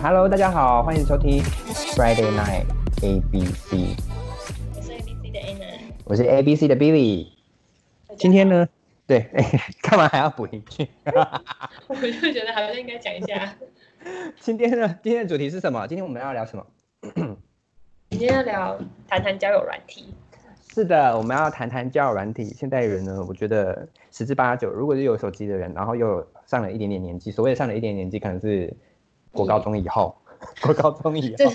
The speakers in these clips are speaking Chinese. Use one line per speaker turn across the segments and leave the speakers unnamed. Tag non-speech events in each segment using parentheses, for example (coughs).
Hello，大家好，欢迎收听 Friday Night ABC，
我是 ABC 的 Anna，
我是 ABC 的 Billy。今天呢，对， (laughs) 干嘛还要补一句？
我就觉得好像应该讲一下，
今天呢，今天的主题是什么？今天我们要聊什么？
今天要聊谈谈交友软体，
是的，我们要谈谈交友软体。现代人呢，我觉得十之八九，如果是有手机的人，然后又有上了一点点年纪，所谓的上了一点点年纪，可能是国高中以后， (laughs) 国高中以
这
后，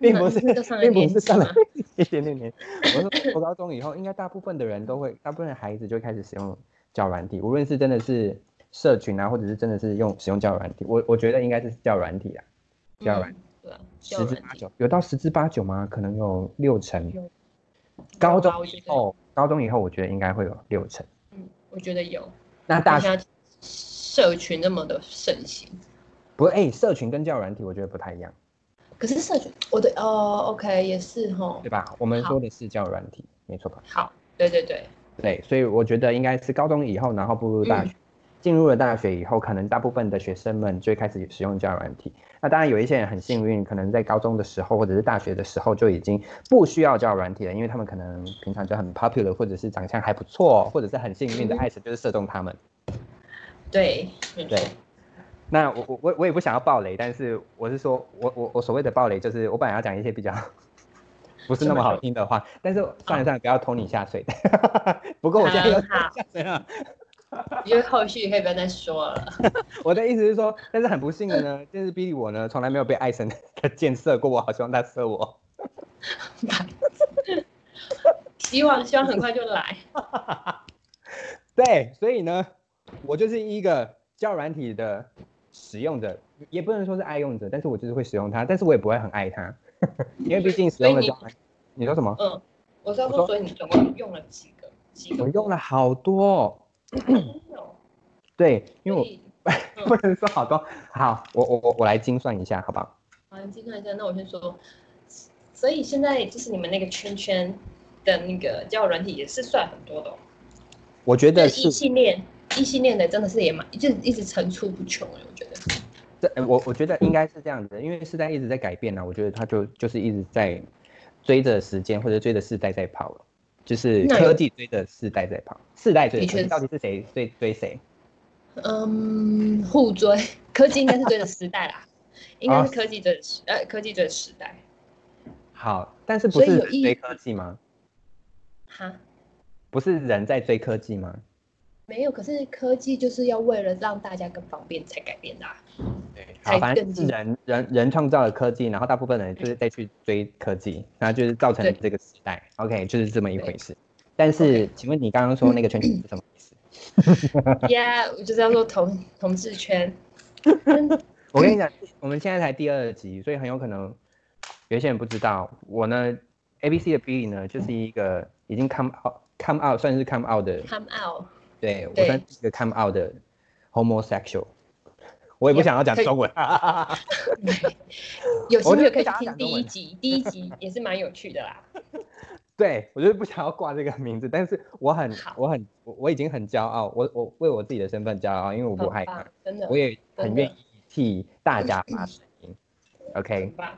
并不是，
你们都上了
并不
年
是
纪
上了
吗？
一点点年。我说国高中以后，应该大部分的人都会，大部分的孩子就开始使用交友软体，无论是真的是社群啊，或者是真的是用使用交友软体，我我觉得应该是交友软体啦，交友软
嗯对啊，交
十
友
之
软
八
体
九，有到十之八九吗？可能有六成。
有
高中
有吧我觉
以
得
后，高中以后，我觉得应该会有六成。
嗯，我觉得有。
那大学
家社群那么的盛行，
不过哎、社群跟交友软体，我觉得不太一样，
可是社群，我的哦，OK，也是吼
对，吧？我们说的是交友软体，没错吧？
好，对对对，
对，所以我觉得应该是高中以后，然后步入大
嗯
学，进入了大学以后，可能大部分的学生们就会开始使用交友软体。那当然有一些人很幸运，可能在高中的时候或者是大学的时候就已经不需要交友软体了，因为他们可能平常就很 popular，或者是长相还不错，或者是很幸运的
嗯
爱神就是射中他们。
对，嗯没错
对，那我我我我也不想要暴雷，但是我是说我我我所谓的暴雷就是我本来要讲一些比较 (laughs) 不是那么好听的话，但是算了算了，不要拖你下水。 (laughs) 不过我现在又
很好，
下水了。
因为后续可以不要再说了。 (laughs)
我的意思是说，但是很不幸的呢，就是比利我呢从来没有被爱神 (laughs) 的箭射过，我好希望他射我。 (laughs)
希望希望很快就来，
对，所以呢，我就是一个交友软体的使用者，也不能说是爱用者，但是我就是会使用它，但是我也不会很爱它，因为毕竟使用了交友软体。你说什么？
嗯，我是要
我说
说，所以你总共用了几个？几个？
我用了好多哦、
真的哦，
对，因为
所
我
以
不能说好多。好，我我我我来精算一下，好不好？
好，你计算一下。那我先说，所以现在就是你们那个圈圈的那个交友软体也是算很多的、哦，
我觉
就
得
是异
是，
性恋，异性恋的真的是也蛮，就一直层出不穷哎，我觉得。
这呃我我觉得
嗯
应该是这样子，因为时代一直在改变啊呢、我觉得它就就是一直在追着时间或者追着世代在跑了，就是
那
科
有
技追着世代在跑，世代追
的
着科技，
确
到底是谁追追谁？
嗯，互追，科技应该是对的时代啦，应该
啊
是科技追的时，呃，科技追的时代。
好，但是不
所以
是
有
人
意
追
义
科技吗？
哈，
不是人在追科技吗？
没有，可是科技就是要为了让大家更方便才改变的、啊。
好，
才
反正
更
是
进
人人人创造了科技，然后大部分人就是再去追科技，然后就是造成
对
这个时代。OK，就是这么一
对
回事。但是，请问你刚刚说那个圈圈是什么意思？
yeah，我就是要说同同志圈， (laughs)
我
(clears throat)
跟你讲，我们现在才第二集，所以很有可能有些人不知道。我呢，A B C 的 Billy 呢，就是一个已经 come out come out 算是 come out 的，
come out，
对我
对
算是一个 come out 的 homosexual。我也不想要讲中
(laughs)
文，
有
我
兴趣
就
的可以去
想要
听
讲中
第一
文
集，第一集也是蛮有趣的啦。
对我就是不想要挂这个名字，但是我很
好
我很我我已经很骄傲，我我为我自己的身份骄傲， (laughs) 因为我不害
很
怕
棒，，真的，
我也很
真
愿
的
意替大家发声
(laughs)
音。OK，
很棒。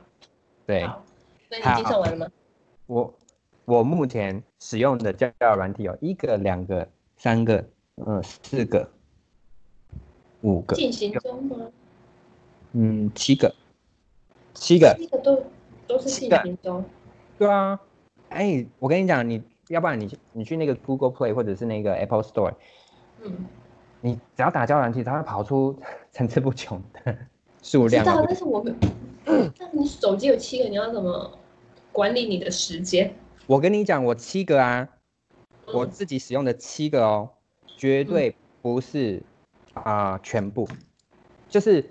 对
好，那你介绍完了吗？
我我目前使用的交友软体有一个、两个、三个，嗯，四个、五个，
进行中吗？
嗯，七个，七个，
这个都都是进行中。
对啊，哎，我跟你讲，你要不然你你去那个 Google Play 或者是那个 Apple Store，
嗯，
你只要打交友软体，它会跑出 (laughs) 层出不穷的数
我知
量啊。
道，但是我们， (coughs) 但是你手机有七个，你要怎么管理你的时间？
我跟你讲，我七个啊，我
嗯
自己使用的七个哦，绝对不是啊、全部，就是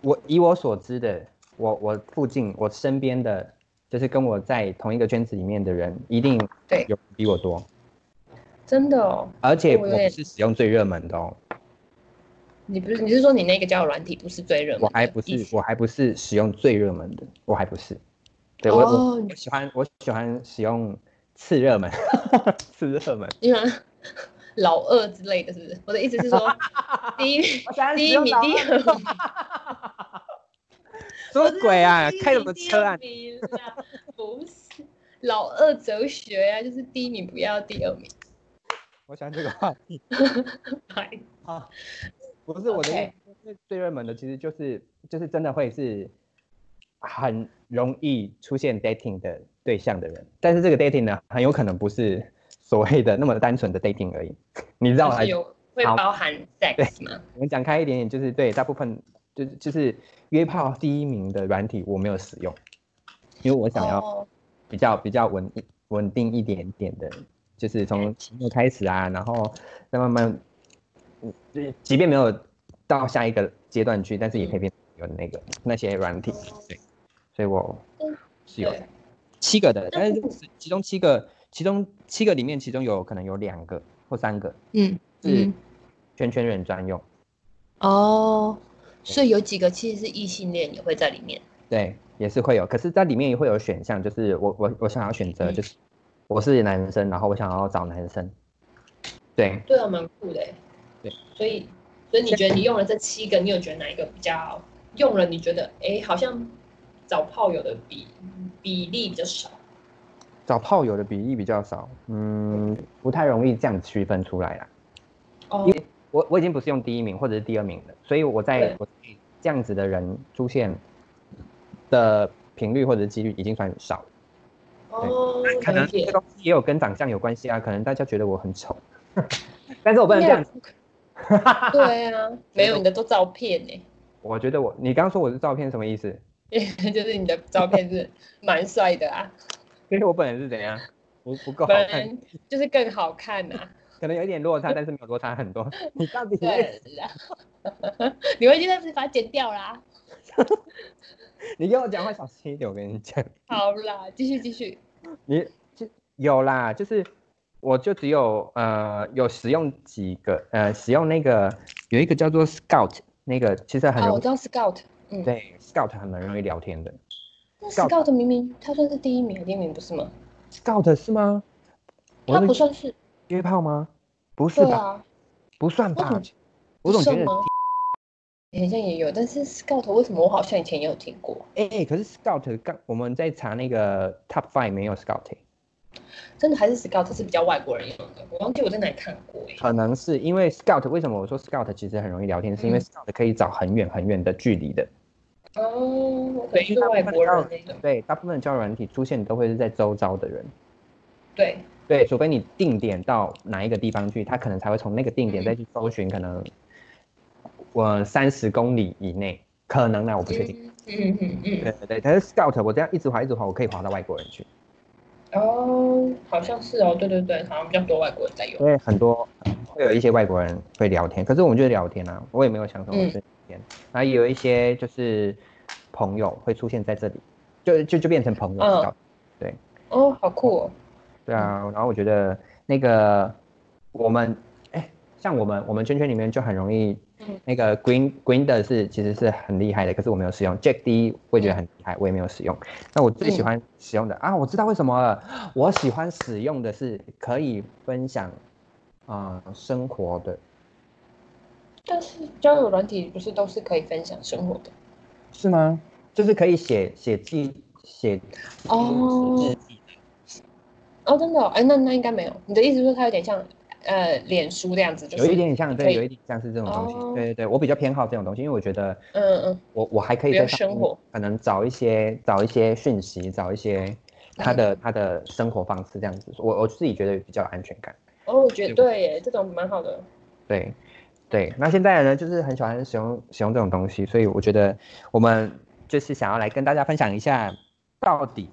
我以我所知的，我我附近我身边的，就是跟我在同一个圈子里面的人，一定
对
有比我多，
真的哦，
而且我
我
不
也
是使用最热门的哦，
你不是你是说你那个交友软体不是最热门的？
我还不
意
是
思
我还不是使用最热门的，我还不是，对我、我
哦，
我喜欢我喜欢使用次热门， (laughs) 次热门，
你喜欢 (laughs) 老二之类的，是不是？我
(laughs)
的
啊
意思是说，第一名
我喜欢
第一名，第一名，
什么鬼啊？开什么车啊？
第一名啦不是老二哲学呀、就是第一名不要第二名，
我喜欢这个话题
白
啊！ (laughs) 不是我的
OK
意思就是最热门的，其实就是就是真的会是很容易出现 dating 的对象的人，但是这个 dating 呢，很有可能不是所谓的那么单纯的 dating 而已，你知道
就
吗
是？有会
好
包含 sex 吗？
我们讲开一点点，就是对大部分就是就是约炮第一名的软体我没有使用，因为我想要
哦
比较比较稳一稳定一点点的，就是从朋友开始啊，然后再慢慢，嗯，就是即便没有到下一个阶段去，但是也可以变有那个那些软体，对，所以我
嗯
是有
对，
七个的，
但
但
是
是其中七个，其中七个里面，其中有可能有两个或三个
嗯
是
嗯
圈圈人专用，
哦，所以有几个其实是异性恋也会在里面。
对，也是会有，可是在里面也会有选项，就是我我我想要选择
嗯
就是我是男生，然后我想要找男生，对，
对啊，蛮酷的欸。
对，
所以所以你觉得你用了这七个，你有觉得哪一个比较用了？你觉得哎，好像找炮友的比比例比较少。
找炮友的比例比较少，嗯，不太容易这样区分出来啦。
哦，
我我已经不是用第一名或者是第二名的，所以我在
对
我这样子的人出现的频率或者是几率已经算少了。
哦，
可
了
能
解
这。东西也有跟长相有关系啊，可能大家觉得我很丑， (laughs) 但是我不能这样。
(laughs) 对啊，
(laughs)
没有你的都照片欸呢，
我觉得我，你刚刚说我的照片什么意思？
(laughs) 就是你的照片是蛮帅的啊，
因为我本人是怎样？不不 (laughs) 够好
不
看，
然就是更好看
(laughs)
啊。
可能有一点落差，但是没有落差很
(laughs)
多。你到底在
对啦， (laughs) 你会现在是把它剪掉啦。
你跟我讲话小心一点，我跟你讲。
好啦，继续继续。
你就有啦，就是我就只有呃有使用几个呃使用那个有一个叫做 Scout 那个其实很
哦，
容
我
易、
知道 Scout，嗯
对 Scout 很容易聊天的
那
Scout
Scout 明明他算是第一名，第一名不是吗？
Scout 是吗？
他
我
不
是
算是，
约炮吗？不是
对
吧？
啊，
不算
我
吧
总？
我总觉
不
得
算吗好像也有，但是 Scout 为什么我好像以前也有听过？
哎、欸可是 Scout 刚我们在查那个 Top Five 没有 Scout，欸、
真的还是 Scout 是比较外国人用的，我忘记我在哪里看过哎、
可能是因为 Scout 为什么我说 Scout 其实很容易聊天，是因为
嗯
Scout 可以找很远很远的距离的。
哦，我可
对
能
因为
是
大部
外
分
国
交
人
友
那种。
对，大部分的交友软体出现都会是在周遭的人，
对，
对，除非你定点到哪一个地方去，他可能才会从那个定点
嗯
再去搜寻，可能我三十公里以内，可能呢，我不确定。
嗯嗯嗯
对
嗯，
对对，但是 Scout 我这样一直滑一直滑，我可以滑到外国人去，
哦，好像是哦，对对对，好像比较多外国人在用
因。为很多会有一些外国人会聊天，可是我们就是聊天啊，我也没有想什么
嗯
我就是聊天，然后也有一些就是朋友会出现在这里，就就就变成朋友
嗯
Scout
哦，好酷哦，
对啊，然后我觉得那个我们，哎、像我们我们圈圈里面就很容易，
嗯
那个 Green Green 的是其实是很厉害的，可是我没有使用 Jack D，我也觉得很厉害，我也没有使用。那我最喜
嗯
欢使用的、啊，我知道为什么了，我喜欢使用的是可以分享啊、呃生活的
但是交友软体不是都是可以分享生活的？
是吗？就是可以写写记写
哦
日记
哦，真的、哦？哎，那那应该没有。你的意思是说它有点像呃脸书那样子，就是
有一点点像
可
对，
以
有一点像是这种东西，
哦
对对对，我比较偏好这种东西，因为我觉得
嗯嗯
我我还可以
没有
在上
生
面
活
可能找一些找一些讯息，找一些他的、他的生活方式这样子，我我自己觉得比较有安全感。
哦，我觉得对耶，这种蛮好的。
对对，那现在呢，就是很喜欢使用使用这种东西，所以我觉得我们就是想要来跟大家分享一下，到底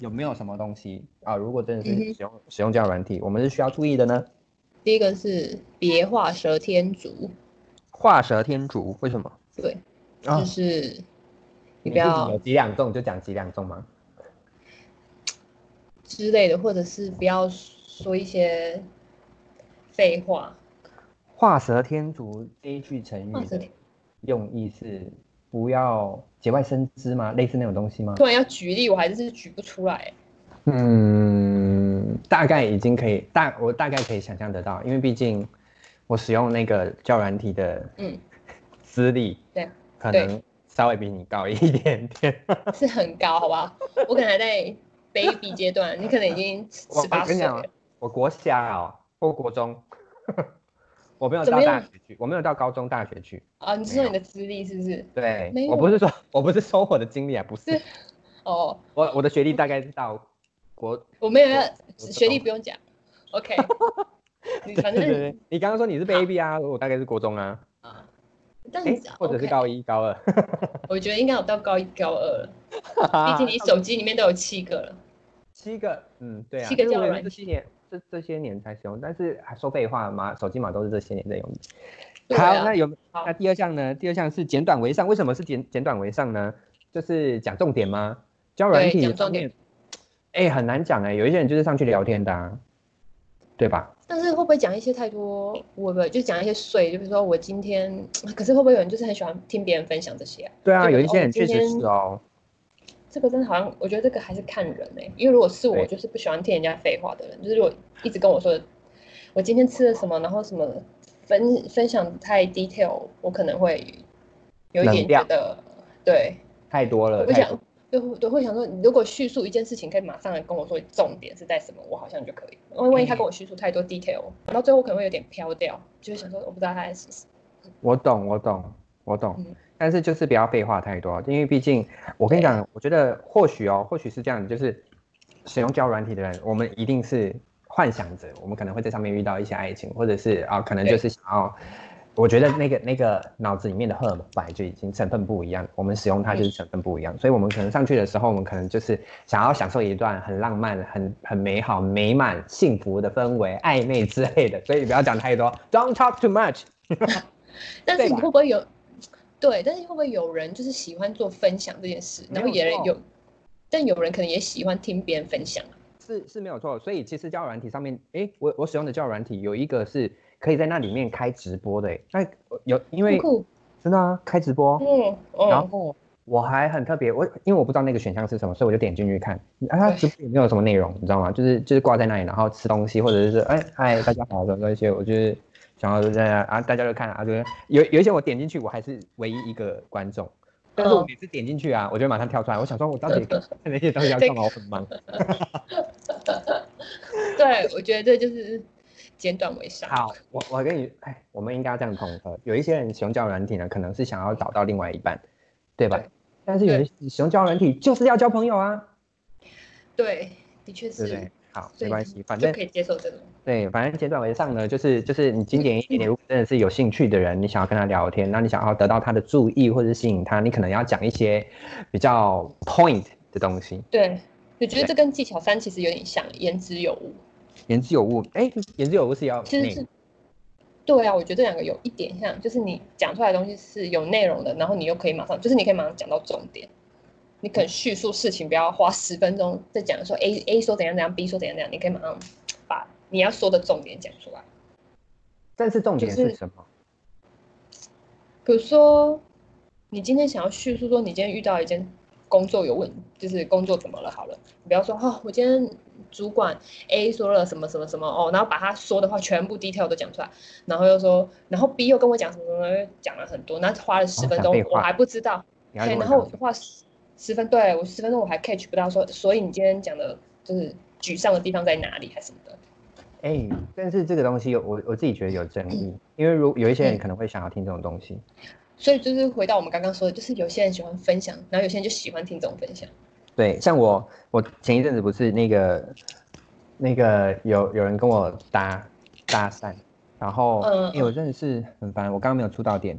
有没有什么东西啊？如果真的
嗯
是
哼
使用、使用这样的软体，我们是需要注意的呢。
第一个是别画蛇添足，
画蛇添足，为什么？
对，
啊
就，是
你自己
你嗯不要
有几两重就讲几两重吗？
之类的，或者是不要说一些废话。
画蛇添足这一句成
画
语
蛇
的
添
用意是不要节外生枝吗？类似那种东西吗？
突然要举例，我还是举不出来。
嗯，大概已经可以大，我大概可以想象得到，因为毕竟我使用那个教软体的
嗯，
资历，
对，
可能稍微比你高一点点。
是很高，好不好？我可能还在 baby 阶段，你可能已经
我
十八
我跟
岁
你
了
讲，。我国小哦或国中， (laughs) 我没有
怎
到
么
大
样
学去，我没有到高中、大学去。
啊，你是说你的资历是不是？
对
没，
我
有
不是说我不是说我的经历啊，不
(laughs)
是
是哦，
我我的学历大概是到国，
我没有要
我
学历，不用讲，OK
(laughs)
你。
对 (laughs)
反
对
正
对，你刚刚说你是 baby 啊，我大概是国中啊，
啊，但
哎
你，
或者是
OK，
高一、高二， (laughs)
我觉得应该有到高一高二了，
啊
毕竟你手机里面都有七个了。
七个，嗯，对啊，
七个
就是
交
我
友
也是这
软
些年这这些年才使用，但是还说废话嘛，手机嘛都是这些年在用的。
对
好，
啊
那有
好
那第二项呢？第二项是简短为上，为什么是简简短为上呢？就是讲重点吗？交友软
对
体
讲
上
重点
面，哎、很难讲哎、有一些人就是上去聊天的、啊，对吧？
但是会不会讲一些太多？我不就讲一些碎，就比如说我今天，可是会不会有人就是很喜欢听别人分享这些啊？
对啊，
对
有一些
哦
人确
今
实
天
是哦，
这个真的好像，我觉得这个还是看人呢、因为如果是我，
对
就是不喜欢听人家废话的人，就是如果一直跟我说我今天吃了什么，然后什么分分享太 detail，我可能会有一
冷
点
掉
觉得，对，
太多了，
我不
呃太
想
多。
对对会想说，你如果叙述一件事情，可以马上来跟我说重点是在什么，我好像就可以。因为万一他
嗯
跟我叙述太多 detail，到最后我可能会有点飘掉，就会想说我不知道他在说什么。
我懂，我懂，我懂。
嗯
但是就是不要废话太多，因为毕竟我跟你讲，我觉得或许哦，或许是这样，就是使用交友软体的人，我们一定是幻想着，我们可能会在上面遇到一些爱情，或者是啊、可能
对
就是想要。我觉得那个那个脑子里面的荷尔蒙本来就已经成分不一样，我们使用它就是成分不一样，所以我们可能上去的时候，我们可能就是想要享受一段很浪漫、很很美好、美满、幸福的氛围、暧昧之类的，所以不要讲太多，Don't talk too much。
但是
对
你
吧
会不会有？对，但是会不会有人就是喜欢做分享这件事，
没
然后
有
也
错
有，但有人可能也喜欢听别人分享啊。
是是没有错，所以其实交友软体上面，诶，我我使用的交友软体有一个是可以在那里面开直播的，诶欸那有因为
很酷，
真的啊，开直播，
嗯
然
嗯，
后我还很特别，我因为我不知道那个选项是什么，所以我就点进去看，啊，它
对
直播也没有什么内容，你知道吗？就是就是挂在那里，然后吃东西，或者是哎嗨大家好什么一些，我就是想要就在那啊，大家就看啊，就是有有一些我点进去，我还是唯一一个观众。但是我
嗯
每次点进去啊，我就马上跳出来。我想说，我到
啊 (laughs)
底看那些东西要干嘛？我很忙。
对，我觉得这就是简短为上。
好，我我跟你，哎，我们应该要这样统合。有一些人使用交友软体呢，可能是想要找到另外一半，对吧？
对
但是有一些人使用交友软体就是要交朋友啊，
对，的确
对不
是
对，？好，
所
没
以
关系，反
就
正
可以接受这种。
对，反正简短为上呢，就是就是你经典一
嗯
点点，如果真的是有兴趣的人，你想要跟他聊天，那你想要得到他的注意或者是吸引他，你可能要讲一些比较 point 的东西，
对，我觉得这跟技巧三其实有点像，言之有物。
言之有物。哎，言之有物是要
其实
内
是，对啊，我觉得这两个有一点像，就是你讲出来的东西是有内容的，然后你又可以马上，就是你可以马上讲到重点。你可能叙述事情不要花十分钟在讲说 A A 说怎样怎样，B 说怎样怎样，你可以马上把你要说的重点讲出来。
但是重点
就是是
什么？
比如说，你今天想要叙述说你今天遇到一件工作有问，就是工作怎么了好了，你不要说哦，我今天主管 A 说了什么什么什么哦，然后把他说的话全部 detail 都讲出来，然后又说，然后 B 又跟我讲什么什么，讲了很多，那花了十分
哦讲
钟
废，
我
话
还不知道，
你要
嘿
跟我
然
讲
后
什么
我花十十分，对我十分钟我还 catch 不到说，所以你今天讲的就是沮丧的地方在哪里还是什么的，
哎、但是这个东西有我我自己觉得有争议，因为如有一些人
嗯
可能会想要听这种东西，
所以就是回到我们刚刚说的，就是有些人喜欢分享，然后有些人就喜欢听这种分享。
对，像我我前一阵子不是那个那个有有人跟我搭搭讪，然后哎
嗯
因为我认识很烦，我刚刚没有出到点，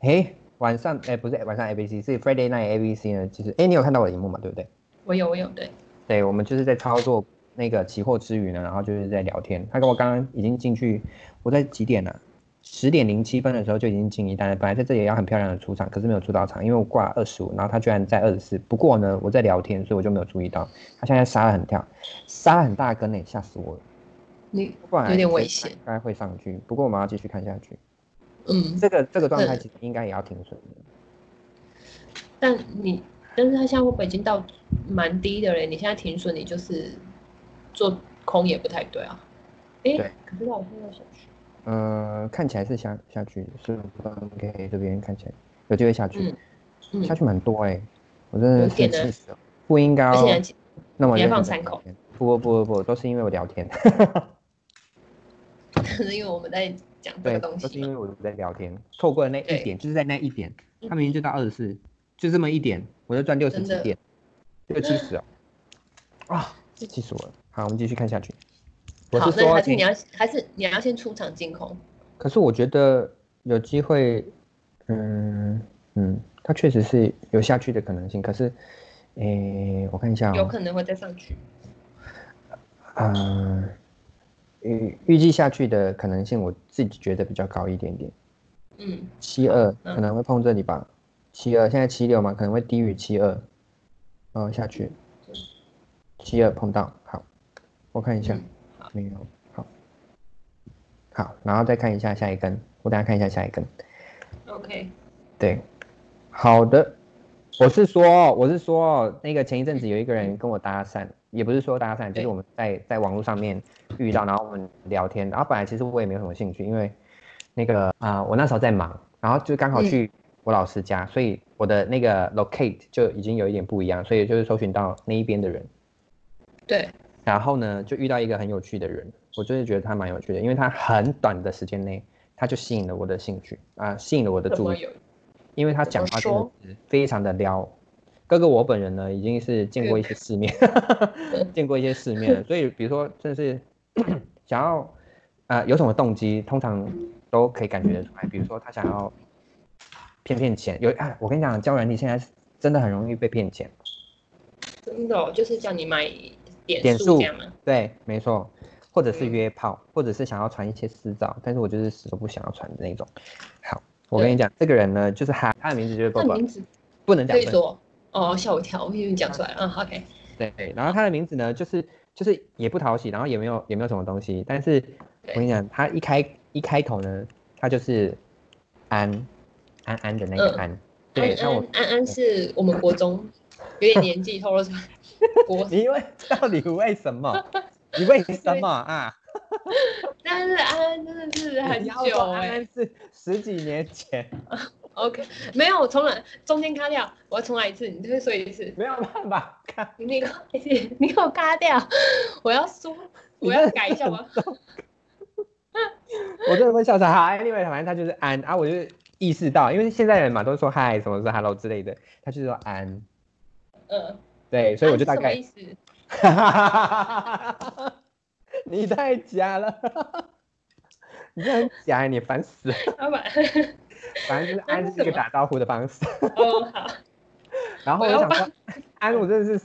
嘿、晚上哎、不是晚上 A B C 是 Friday night A B C 呢，其实哎、你有看到我的荧幕嘛对不对？
我有，我有，对。
对，我们就是在操作那个期货之余呢，然后就是在聊天。他跟我刚刚已经进去，我在几点呢、啊？十点零七分的时候就已经进一单了。本来在这里要很漂亮的出场，可是没有出到场，因为我挂二十五，然后他居然在二十四。不过呢，我在聊天，所以我就没有注意到。他现在杀了很跳，杀了很大根呢、吓死我了。
你
不然
有点
这
危
应
险
该会上去。不过我们要继续看下去。
嗯，
这个这个状态
嗯
其实应该也要停损的。
但你，但是他现在会不会已经到蛮低的嘞？你现在停损，你就是做空也不太对啊。哎、
对
可是我现在想去，
呃嗯、看起来是下下去，是 OK 这边看起来有机会下去。
嗯嗯
下去蛮多哎、我真
有
的
一
是
点呢
气死了，不应该
而且
要
其
那么
你还
认
放
真
三
聊
口
天。不不不不不，都是因为我聊
(laughs)
天，
可能因为我们在讲这
对，
个东
都是
西
因
嘛，
为我在聊天，错过了那
对
一点，就是在那一点，
嗯
他明明就到二十四，就这么一点，我就赚六十
真
几
的
点，六七十
(gasps)
哦，啊，气死我了。好，我们继续看下去。我
好，
是
那
说
还是
你
你要还是你要先出场净空，
可是我觉得有机会，嗯嗯，它确实是有下去的可能性。可是，诶、我看一下、哦，
有可能会再上去。
嗯，预预计下去的可能性，我自己觉得比较高一点点。
嗯，
七二
嗯
可能会碰这里吧，七二现在七六嘛，可能会低于七二，然后下去，七二碰到，好，我看一下，
嗯
没有，好，好，然后再看一下下一根，我等下看一下下一根。
OK，
对，好的，我是说哦，我是说哦，那个前一阵子有一个人跟我搭讪，也不是说搭讪，就
对
是我们在在网络上面遇到，然后我们聊天，然后本来其实我也没有什么兴趣，因为那个啊、我那时候在忙，然后就刚好
嗯
去我老师家，所以我的那个 locate 就已经有一点不一样，所以就是搜寻到那一边的人，
对，
然后呢就遇到一个很有趣的人，我就是觉得他蛮有趣的，因为他很短的时间内他就吸引了我的兴趣啊、吸引了我的
怎
注
么
意。
有？
因为他
怎
讲
么
话真的
说
是非常的撩。哥哥，我本人呢已经是见过一些世面， (laughs) 见过一些世面了，所以比如说，真的是想要啊、呃有什么动机，通常都可以感觉得出来。比如说他想要骗骗钱，有哎，我跟你讲，交友软体现在是真的很容易被骗钱。
真的、哦、就是叫你买点
点
数
数
这样吗？
对，没错，或者是
嗯
约炮，或者是想要传一些私照，但是我就是死都不想要传的那种。好，我
对
跟你讲，这个人呢，就是他，他的名字就是
那
Bobo，
名字
不能讲
可以
分
说哦，吓我一跳，我以为你讲出来了。嗯，OK，
对，然后他的名字呢，就是就是也不讨喜，然后也没有也没有什么东西，但是我跟你讲，他一开一开头呢，他就是安安安的那个
嗯
安，对，那
安
我
安安安是我们国中有点年纪，透露出来，国
你为到底为什么？你
(laughs)
为什么啊？
但是安安真的是很
你要说
久
安
哎、
安是十几年前，
OK，没有，我重来，中间卡掉，我要重来一次，你再说一次。
没有办法看，
你给我，你给我卡掉，我要说，
你
我
真
要
的
改一下吗？
我真的会笑死。好，anyway，反正他就是安啊，我就意识到，因为现在人嘛都说嗨，什么是 hello 之类的，他就是说安，
嗯，
对，所以我
啊
就大
什么
概
意思？
哈哈哈！ (laughs) 你太假了， (laughs) 你这很假，欸你烦死了。
老板，
反正就是
那
安
是
是一
什
个
么
打招呼的方式。
哦好，
然后我
我
就
要
想说， (laughs) 安，我真的是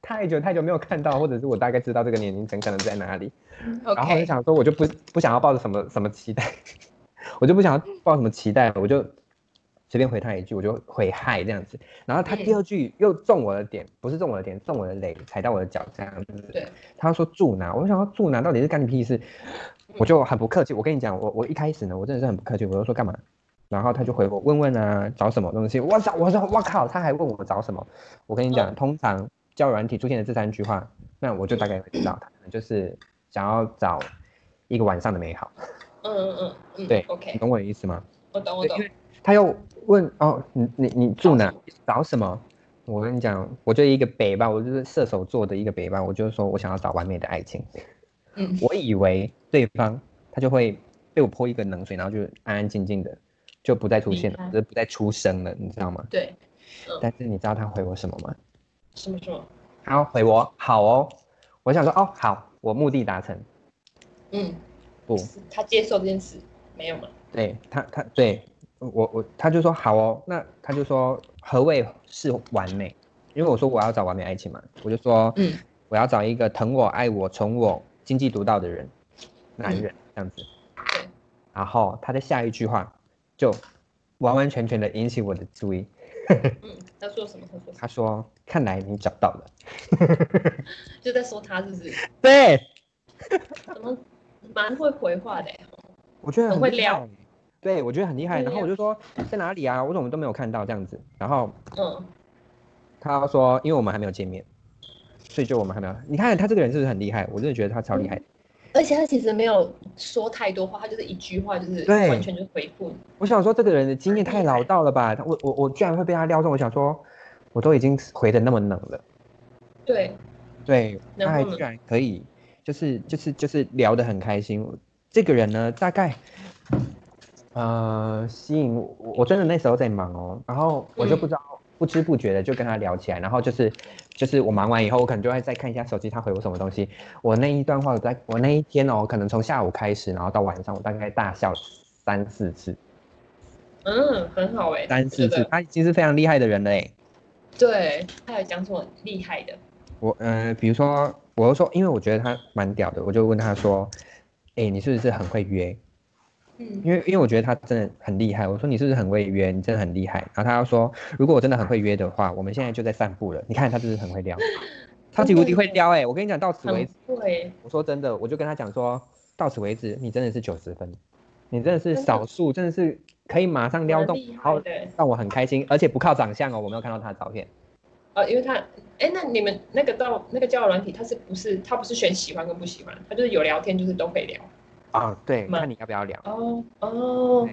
太久太久没有看到，或者是我大概知道这个年龄层可能在哪里。 (laughs) 然后我就
OK，
想说，我就不不想要抱着什么什么期待， (laughs) 我就不想要抱什么期待，我就随便回他一句，我就回嗨这样子。然后他第
嗯
二句又中我的点，不是中我的点，中我的雷，踩到我的脚这样子。
对，
他说住哪？我就想说住哪到底是干你屁事？我就很不客气，我跟你讲，我我一开始呢，我真的是很不客气，我就说干嘛？然后他就回我问问啊，找什么东西？我操！我说我靠，他还问我找什么？我跟你讲，通常交友软体出现的这三句话，那我就大概会知道，他可能就是想要找一个晚上的美好，
嗯嗯嗯嗯，
对你
，OK，
懂我的意思吗？
我懂我懂
因，为他又问哦，你你你住哪？找什么？我跟你讲，我就一个北吧，我就是射手座的一个北吧，我就是说我想要找完美的爱情。
嗯，
我以为对方他就会被我泼一个冷水，然后就安安静静的就不再出现
明白
了，就是不再出声了，你知道吗？
对，
但是你知道他回我什么吗？
什么什么，
他回我好哦，我想说哦好，我目的达成。
嗯，
不，
是他接受这件事没有吗？
对他他对我我他就说好哦，那他就说何谓是完美？因为我说我要找完美爱情嘛，我就说
嗯
我要找一个疼我、爱我、宠我、经济独到的人，男
嗯
人这样子。
对
然后他的下一句话就完完全全的引起我的注意。
嗯，他说什么？他说什
他说：“看来你找到了。
么？就在说他是不是？”
对，
怎么蛮会回话的欸？
我觉得
很
很
会
厉
撩
害。对，我觉得很厉害。
会
然后我就说在哪里啊？我怎么都没有看到这样子。然后
嗯，
他说，因为我们还没有见面，所以就我们还没有。你看他这个人是不是很厉害？我真的觉得他超厉害。
而且他其实没有说太多话，他就是一句话，就是
对
完全就回复你。
我想说，这个人的经验太老道了吧？他我我我居然会被他撩中，我想说，我都已经回的那么冷了，
对，
对，他
然
还
后呢
居然可以，就是就是就是聊得很开心。这个人呢，大概呃吸引我，我真的那时候在忙哦，然后我就不
嗯
知道。不知不觉的就跟他聊起来，然后就是，就是我忙完以后，我可能就会再看一下手机，他回我什么东西。我那一段话，我在我那一天哦，可能从下午开始，然后到晚上，我大概大笑三四次。
嗯，很好哎、欸，
三
我
四次，
觉得
他已经是非常厉害的人了哎。
对，他有讲什么很厉害的？
我呃，比如说，我就说，因为我觉得他蛮屌的，我就问他说，哎、你是不是很会约？
嗯，
因为因为我觉得他真的很厉害，我说你是不是很会约？你真的很厉害。然后他又说，如果我真的很会约的话，我们现在就在散步了。你看他就是很会撩，超级无敌会撩哎！我跟你讲，到此为
很
止，
会，
我说真的，我就跟他讲说，到此为止，你真的是九十分，你真的是
真的
少数，真的是可以马上撩
蛮
动，
厉
然
害
后
的欸。
让我很开心，而且不靠长相哦，我没有看到他的照片。
哦，因为他，哎，那你们那个到那个交友软体，他是不是他不是选喜欢跟不喜欢，他就是有聊天，就是都可以聊。
啊，对，
嘛
看你要不要聊。
哦哦，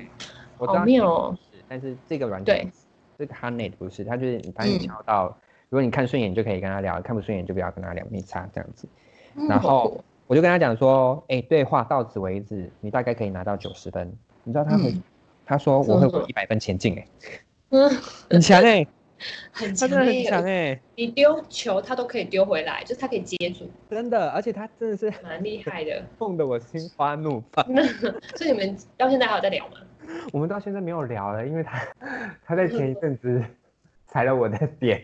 我知
好
道你
妙哦，
是，但是这个软
对
件这个 h o n e t 不是，它就是你把你
嗯
敲到，如果你看顺眼就可以跟他聊，看不顺眼就不要跟他聊，没差这样子。
嗯
然
好
后
酷
我就跟他讲说，哎、对话到此为止，你大概可以拿到九十分。你知道他回，
嗯
他说
怎么
我会
说
往一百分前进、欸，
(laughs)
哎，
嗯，
很强哎、
很
他
强
真的很
欸
强哎、
你丢球他都可以丢回来，就是他可以接住，
真的，而且他真的是 (laughs)
蛮厉害的。
痛得我心花怒放。
所以你们到现在还有在聊吗？
我们到现在没有聊了，因为他他在前一阵子踩了我的点。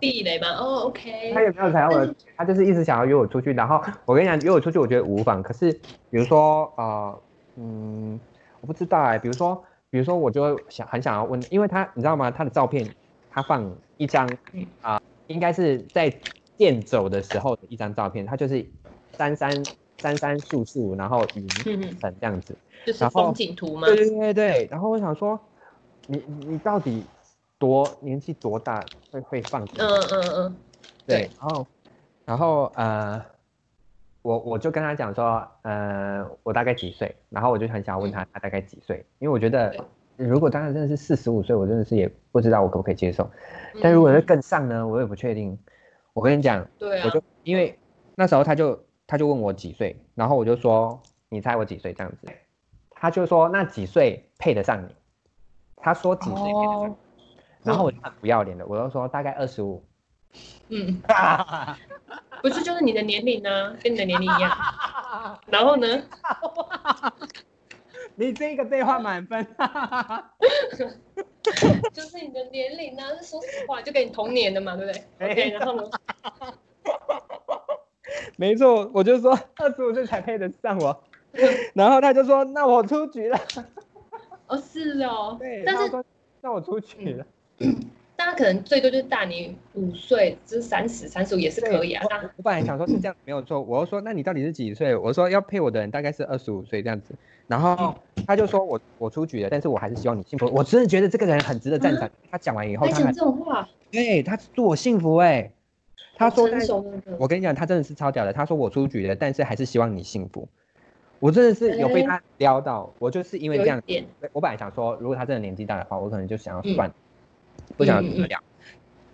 地雷吗？哦，OK，
他也啊没有踩到我的点，他就是一直想要约我出去。然后我跟你讲，约我出去我觉得无妨。可是比如说呃，嗯，我不知道哎、比如说，比如说我就会想很想要问，因为他你知道吗？他的照片他放一张啊、
嗯
应该是在健走的时候的一张照片，他就是山山山山树树，然后云
嗯嗯，
层这样子。
就是
然后
风景图吗
对？对对对。然后我想说，你你你到底多年纪多大会会放这种
嗯嗯嗯，
对
对，
然后，然后呃，我我就跟他讲说，呃，我大概几岁，然后我就很想问他他大概几岁，因为我觉得
嗯对
如果当然真的是四十五岁，我真的是也不知道我可不可以接受，
嗯
但如果是更上呢，我也不确定。我跟你讲，
对啊
我，就因为那时候他就他就问我几岁，然后我就说你猜我几岁这样子，他就说那几岁配得上你，他说几岁配得上你，
哦，
然后我就很不要脸的，我就说大概二十五。 (laughs)
嗯，不是就是你的年龄呢，跟你的年龄
(laughs)
一样。然后呢？
(laughs) 你这个对话满分， (laughs)
就是你的年龄啊，是说实话，就跟你同年的嘛，对不对
哎
？OK，然后呢？
没错，我就说二十五岁才配得上我， (laughs) 然后他就说那我出局
(laughs)
了，
哦，是哦，
对，
但
他
是嗯
说那我出局了，
大家可能最多就是大你五岁，就是三十、三十五也是可以啊。
对
那
我我本来想说是这样没有错，我又说那你到底是几岁？我说要配我的人大概是二十五岁这样子，然
嗯
后他就说我我出局了，但是我还是希望你幸福。我真的觉得这个人很值得赞赏。他讲完以后，
还
他
讲
还
这种话，
对他祝我幸福哎、他说
好
在
成熟的人
我跟你讲，他真的是超屌的。他说我出局了，但是还是希望你幸福。我真的是有
嗯
被他撩到，我就是因为这
有一
样，
点，
我本来想说，如果他真的年纪大的话，我可能就想要
嗯
算了，不想要跟他聊。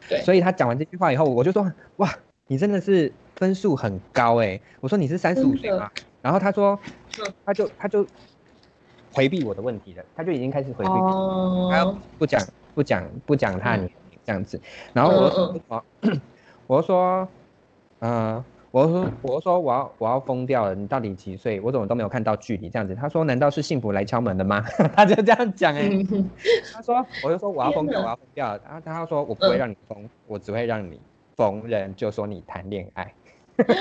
对
所以他讲完这句话以后，我就说哇，你真的是分数很高哎、我说你是三十五岁
真的
吗？然后他说
嗯，
他就他就回避我的问题了，他就已经开始回避还有
哦，
不讲不讲不讲他
嗯
你这样子，然后我就
嗯
说我 (clears throat) 我就说，呃，我就说我就说我要我要疯掉了，你到底几岁？我怎么都没有看到距离这样子。他说难道是幸福来敲门的吗？ (laughs) 他就这样讲哎、
嗯哼，
他说我就说我要疯掉，我
天哪嗯
要疯掉了。然后他说我不会让你疯，我只会让你逢人就说你谈恋爱。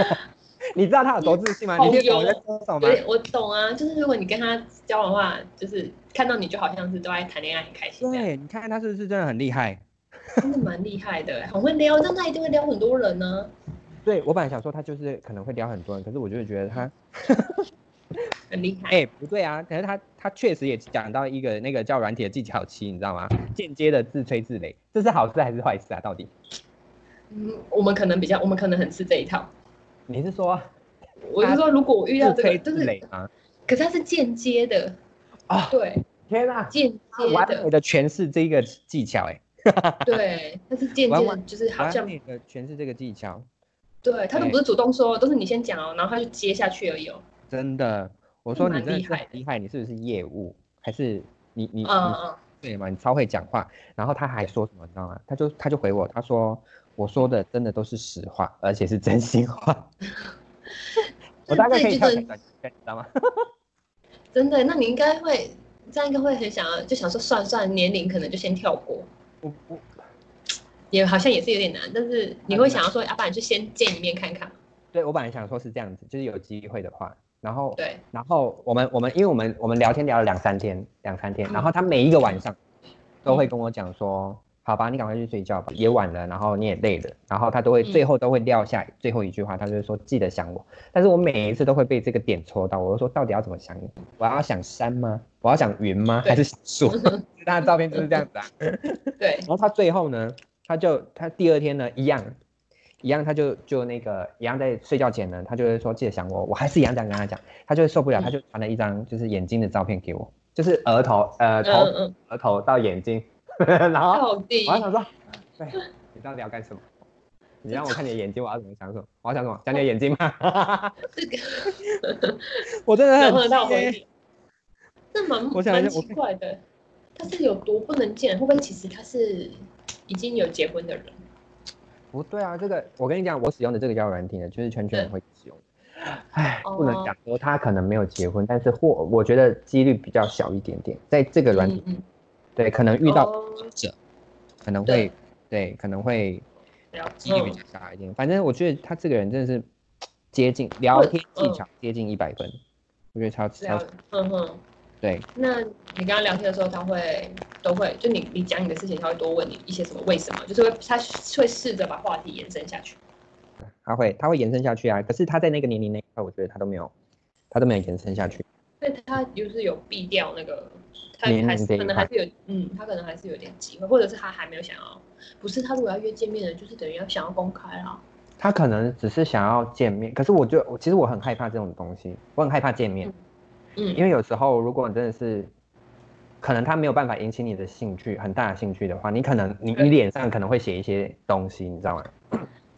(laughs) 你知道他有多自信吗？你
好
听懂我在
油
说什么吗
有？点我懂啊，就是如果你跟他交往的话，就是看到你就好像是都在谈恋爱，很开心这样，
对，你看他是不是真的很厉害？
真的蛮厉害的，很会撩，这样他一定会撩很多人呢，
对我本来想说他就是可能会撩很多人，可是我就是觉得他
很厉害。
哎、不对啊，可是他他确实也讲到一个那个叫软体的技巧期，你知道吗？间接的自吹自擂，这是好事还是坏事啊？到底
嗯，我们可能比较，我们可能很吃这一套。
你是说
我就说，如果我遇到
自
这
吹
个，
自
但是
擂吗？
可是它是间接的，
啊，
对，
天哪！
间接
完美
的，
的诠释这个技巧、欸，
对，它是间
完
接的，
完
就是
哎，
好像
完美的诠释这个技巧，
对他都不是主动说，都是你先讲哦，然后他就接下去而已哦。
真的。我说你
蛮
真的
厉
是很
害的
厉害，你是不是业务？还是你你你
嗯嗯
对嘛？你超会讲话。然后他还说什么，你知道吗？他就他就回我，他说我说的真的都是实话，而且是真心话。 (laughs) 我
那
大概
这
可以
句
跳
真
两段，你知道吗？ (laughs)
嗯，真的，那你应该会这样，应该会很想要，就想说算算年龄，可能就先跳过，
我我
也好像也是有点难，但是你会想要说，要、啊不然就先见一面看看。
对我本来想说是这样子，就是有机会的话，然后
对，
然后我们我们因为我们我们聊天聊了两三天，两三天，
嗯
然后他每一个晚上都会跟我讲说，好吧，你赶快去睡觉吧，也晚了，然后你也累了，然后他都会
嗯
最后都会撂下最后一句话，他就会说记得想我。但是我每一次都会被这个点戳到，我就说到底要怎么想你？我要想山吗？我要想云吗？
对
还是想树？ (laughs) 他的照片就是这样子啊。 (laughs)
对，
然后他最后呢，他就他第二天呢一样，一样他就就那个一样在睡觉前呢，他就会说记得想我，我还是一样这样跟他讲，他就会受不了，
嗯
他就传了一张就是眼睛的照片给我，就是额头呃
嗯
头、
嗯嗯，
额头到眼睛， (laughs) 然后
到底
我还想说，对，你到底要干什么？你让我看你的眼睛，我要怎么想什么？我要想什么？讲你的眼睛吗？ (laughs)
这个
我真的
然后
很
到
气
回
耶
礼，这蛮
我想一下
蛮奇怪的。他是有多不能见？会不会其实他是已经有结婚的人？
不对啊，这个我跟你讲，我使用的这个交友软体呢，就是圈圈
嗯
会使用的。唉，不能
哦
讲说他可能没有结婚，但是或我觉得几率比较小一点点，在这个软体，
嗯
对，可能
嗯，
遇到
哦
可能
对嗯
会，对，可能会
了
几率比较大一点。反正我觉得他这个人真的是接近聊天技巧接近一百分，我觉得超
嗯了
超，
嗯哼。
对，
那你跟他聊天的时候，他会都会就你你讲你的事情，他会多问你一些什么为什么，就是会他会试着把话题延伸下去。
他会他会延伸下去啊。可是他在那个年龄那一块，我觉得他都没有，他都没有延伸下去。
所以他就是有避掉那个，他
年龄
还是
这一
可能还是有，嗯，他可能还是有点机会，或者是他还没有想要，不是他如果要约见面的，就是等于要想要公开啊啦。
他可能只是想要见面，可是我就我其实我很害怕这种东西，我很害怕见面，
嗯，
因为有时候如果你真的是，可能他没有办法引起你的兴趣，很大的兴趣的话，你可能你
对
你脸上可能会写一些东西，你知道吗？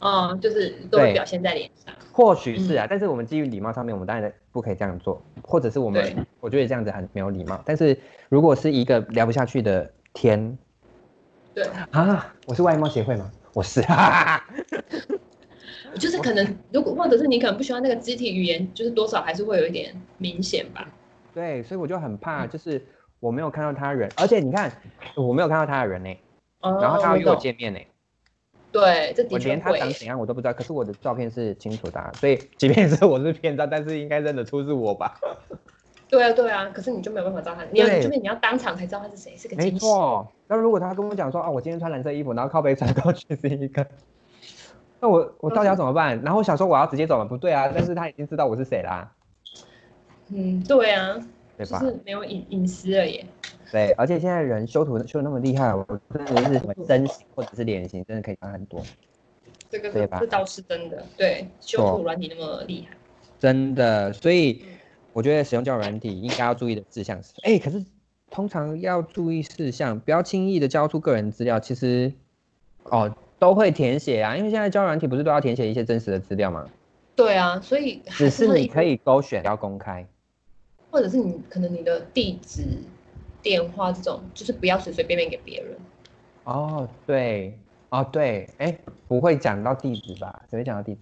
嗯，就是都会
对
表现在脸上。
或许是
嗯
啊，但是我们基于礼貌上面，我们当然不可以这样做，或者是我们
对
我觉得这样子很没有礼貌。但是如果是一个聊不下去的天
对，
啊，我是外貌协会吗？我是， (laughs) 哈哈哈哈
就是可能如果或者是你可能不喜欢那个肢体语言，就是多少还是会有一点明显吧。
对，所以我就很
嗯
怕，就是我没有看到他人，而且你看我没有看到他的人呢、欸
哦
然后他要约我
懂
见面呢、
对，这的
我
确
连他
会
长
耶。
怎样我都不知道，可是我的照片是清楚的啊、所以 (laughs) 即便是我是骗照，但是应该认得出是我吧？
对啊，对啊，可是你就没有办法知道他，你要
对
这边你要当场才知道他是谁，是个
(laughs) 没
惊喜。
错。那如果他跟我讲说啊，我今天穿蓝色衣服，然后靠背转过去是一个，那我我
嗯
到底要怎么办？然后我想说我要直接走吗？不对啊，但是他已经知道我是谁啦，
嗯，对啊，
对
就
吧？
是没有隐隐私了耶。
对，而且现在人修图修的那么厉害，我真的是什么身形或者是脸型，真的可以差很多。
这个
对
是
吧
这倒是真的，对，修
错
图软体那么厉害，
真的，所以
嗯
我觉得使用交友软体应该要注意的事项是，哎、可是通常要注意事项，不要轻易的交出个人资料。其实，哦，都会填写啊，因为现在交友软体不是都要填写一些真实的资料吗？
对啊，所以还
只是
它的
你
一
可，以勾选要公开，
或者是你可能你的地址、电话这种，就是不要随随便便给别人。
哦，对，哦对，哎、不会讲到地址吧？只会讲到地址，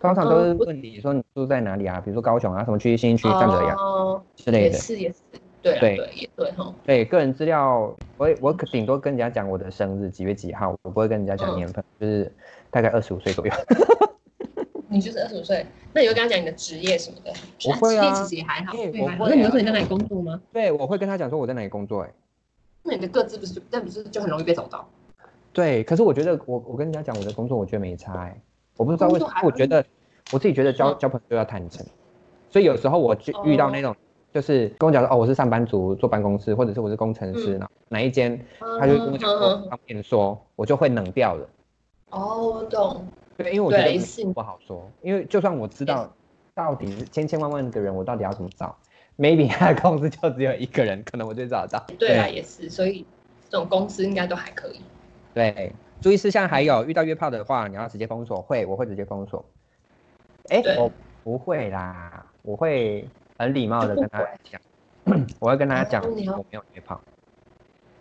通常都是
嗯不
问你说你住在哪里啊？比如说高雄啊，什么区、新区、这样子呀
哦，
之类
也
的。
是也是，对啊
对
对也对哈，
对个人资料，我也我可顶多跟人家讲我的生日几月几号，我不会跟人家讲
嗯
年份，就是大概二十五岁左右。 (laughs)
你就是二十五岁，那你就跟他讲你的职业什么的。
我会啊
职业其实也还好，
哎
对
我
还
会
好
啊
那你就说你在哪里工作吗？
对，我会跟他讲说我在哪里工作、欸。
那你的各自不是就，那不是就很容易被找到？
对，可是我觉得我我跟人家讲我的工作，我觉得没差、欸。我不知道为什
工作
么
还，好
我觉得我自己觉得交
嗯哦
交朋友就要坦诚，所以有时候我就遇到那种。就是跟我讲说，哦，我是上班族，坐办公室，或者是我是工程师，
嗯
然后哪一间，他
他
就跟我讲说，方便说，我就会冷掉了。
哦，我懂，
对，因为我觉
对，
得
是
不好说，因为就算我知道到底是千千万万个人，我到底要怎么找？maybe (laughs) 他的公司就只有一个人，可能我就找得到。
对啊，也是，所以这种公司应该都还可以。
对，注意事项还有，遇到约炮的话，你要直接封锁，会我会直接封锁。哎、
对
我不会啦，我会很礼貌的跟他讲， (clears throat) 我会跟他讲
哦你要
我没有约炮。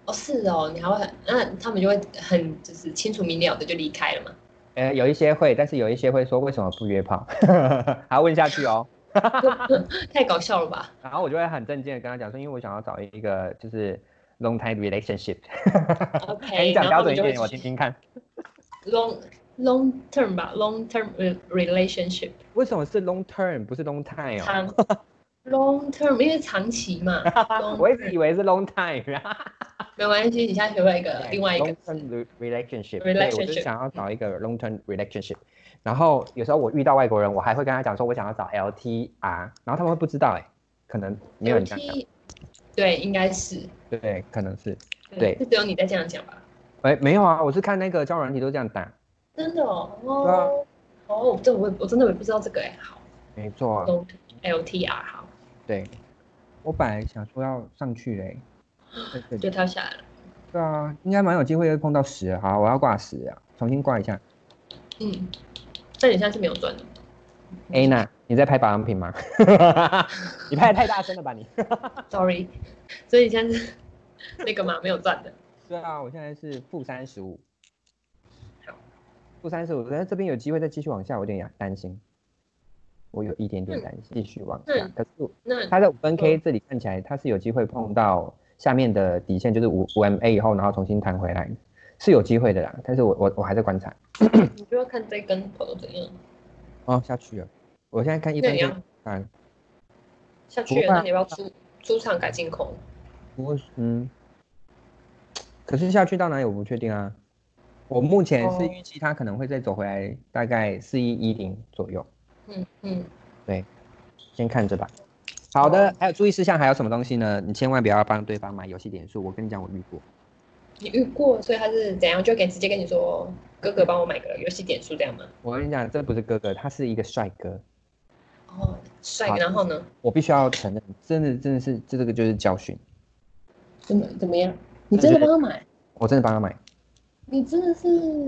哦，是哦，你还会很，那他们就会很就是清楚明了的就离开了嘛。
呃，有一些会，但是有一些会说为什么不约炮， (laughs) 还要问下去哦。
太搞笑
(laughs)
了吧？
然后我就会很震惊的跟他讲说，因为我想要找一个就是 long time relationship。哎
OK，
你讲
然
标
后
准一
你就会
点，我听听看。
long long term 吧，long term re- relationship
为什么是 long term 不是 long time 哦？
长 long term，因为长期
(laughs)
嘛，long
我一直
term
以为是 long time 啊。
没关系，你现在学会一个另外一
哎 long
个
term relationship，对，我就是
Relationship
想要找一个 long term relationship。然后有时候我遇到外国人，我还会跟他讲说，我想要找 LTR，然后他们会不知道哎、可能没有人这样讲，
LT，对，应该是
对，可能是对
是只有你在这样讲吧？
哎、没有啊，我是看那个交友软体都这样打，
真的哦，
对啊
哦，哦，这我我真的我也不知道这个哎，好
没错，啊
，long LTR 好，
对，我本来想说要上去嘞、在这里
就跳下来了，
对啊，应该蛮有机会会碰到十的，好，我要挂十啊，重新挂一下。
嗯，但你现在是没有赚的，
a 娜，你在拍保养品 (laughs) 吗？你拍的太大声了吧你？
，sorry，所以你现在是那个嘛，没有赚的，
对啊，我现在是负三十五
好，
负三十五，但是这边有机会再继续往下，我有点担心，我有一点点
嗯
担心，继续往
嗯
下。可是我
(laughs) 那
它的五分 K 这里看起来它是有机会碰到下面的底线，就是五五 MA 以后，然后重新弹回来，是有机会的啦。但是我我我还在观察。
你就要看这根头怎样，
哦，下去了，我现在看一
那
分
你
K
要
弹，
下去了，
不会啊
那你要不要出出场改进空？
不过嗯，可是下去到哪里我不确定啊。我目前是
哦
预期它可能会再走回来，大概四一一零左右。
嗯嗯，
先看着吧。好的
哦，
还有注意事项，还有什么东西呢？你千万不要帮对方买游戏点数。我跟你讲，我遇过，
你遇过，所以他是怎样就给直接跟你说，哥哥帮我买个游戏点数这样吗？
我跟你讲，这不是哥哥，他是一个帅哥。
哦，帅
好，
然后呢？
我必须要承认，真的真的是这这个就是教训。
怎么怎么样？你
真
真
的
的
帮
帮他买？
我真的帮他买，
(laughs) 你真的是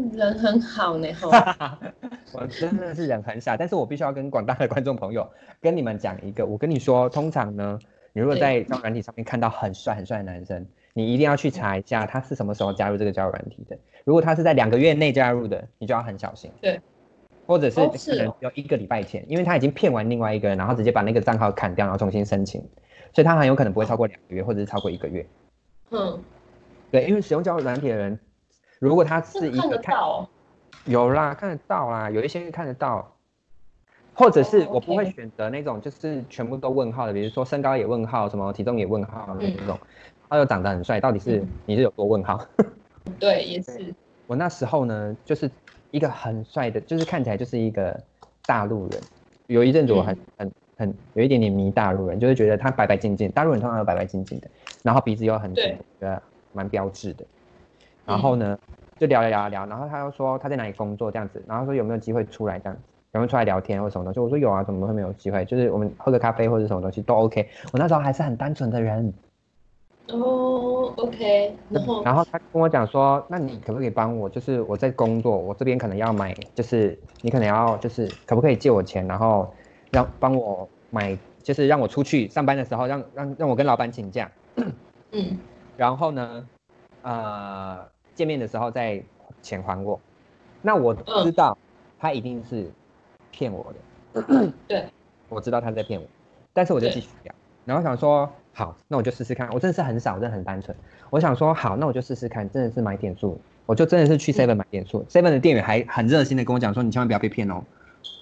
人很好呢， (laughs) 哈。
(laughs) 我真的是人很傻。但是我必须要跟广大的观众朋友 (laughs) 跟你们讲一个，我跟你说，通常呢，你如果在交友软体上面看到很帅很帅的男生，你一定要去查一下他是什么时候加入这个交友软体的。如果他是在两个月内加入的，你就要很小心。
对。
或者是
哦
可
是
能
哦
有一个礼拜前，因为他已经骗完另外一个人，然后直接把那个账号砍掉，然后重新申请，所以他很有可能不会超过两个月，或者是超过一个月。
嗯，
对，因为使用交友软体的人，如果他是
这
一
看
个
得到哦。
有啦，看得到啦，有一些看得到，或者是
哦
我不会
OK
选择那种就是全部都问号的，比如说身高也问号，什么体重也问号那种，他又长得很帅，到底是
嗯
你是有多问号？
哦对，也是。
我那时候呢，就是一个很帅的，就是看起来就是一个大陆人。有一阵子我很、很很有一点点迷大陆人，就是觉得他白白净净，大陆人通常都白白净净的，然后鼻子又很挺
对，
觉得蛮标致的。然后呢，就聊一聊一聊，然后他又说他在哪里工作这样子，然后说有没有机会出来这样子。有没有出来聊天或什么东西？我说有啊，怎么会没有机会？就是我们喝个咖啡或者什么东西都 OK。我那时候还是很单纯的人，
哦，OK，然后
然后他跟我讲说，那你可不可以帮我？就是我在工作，我这边可能要买，就是你可能要就是可不可以借我钱，然后让帮我买，就是让我出去上班的时候，让让让我跟老板请假，
嗯，
然后呢，呃，见面的时候再钱还我。那我
嗯
知道他一定是骗我的，
嗯对，
我知道他在骗我，但是我就
对
继续聊，然后想说好，那我就试试看，我真的是很少，我真的很单纯，我想说好，那我就试试看，真的是买点数，我就真的是
嗯
去 Seven 买点数，Seven 的店员还很热心的跟我讲说，你千万不要被骗哦，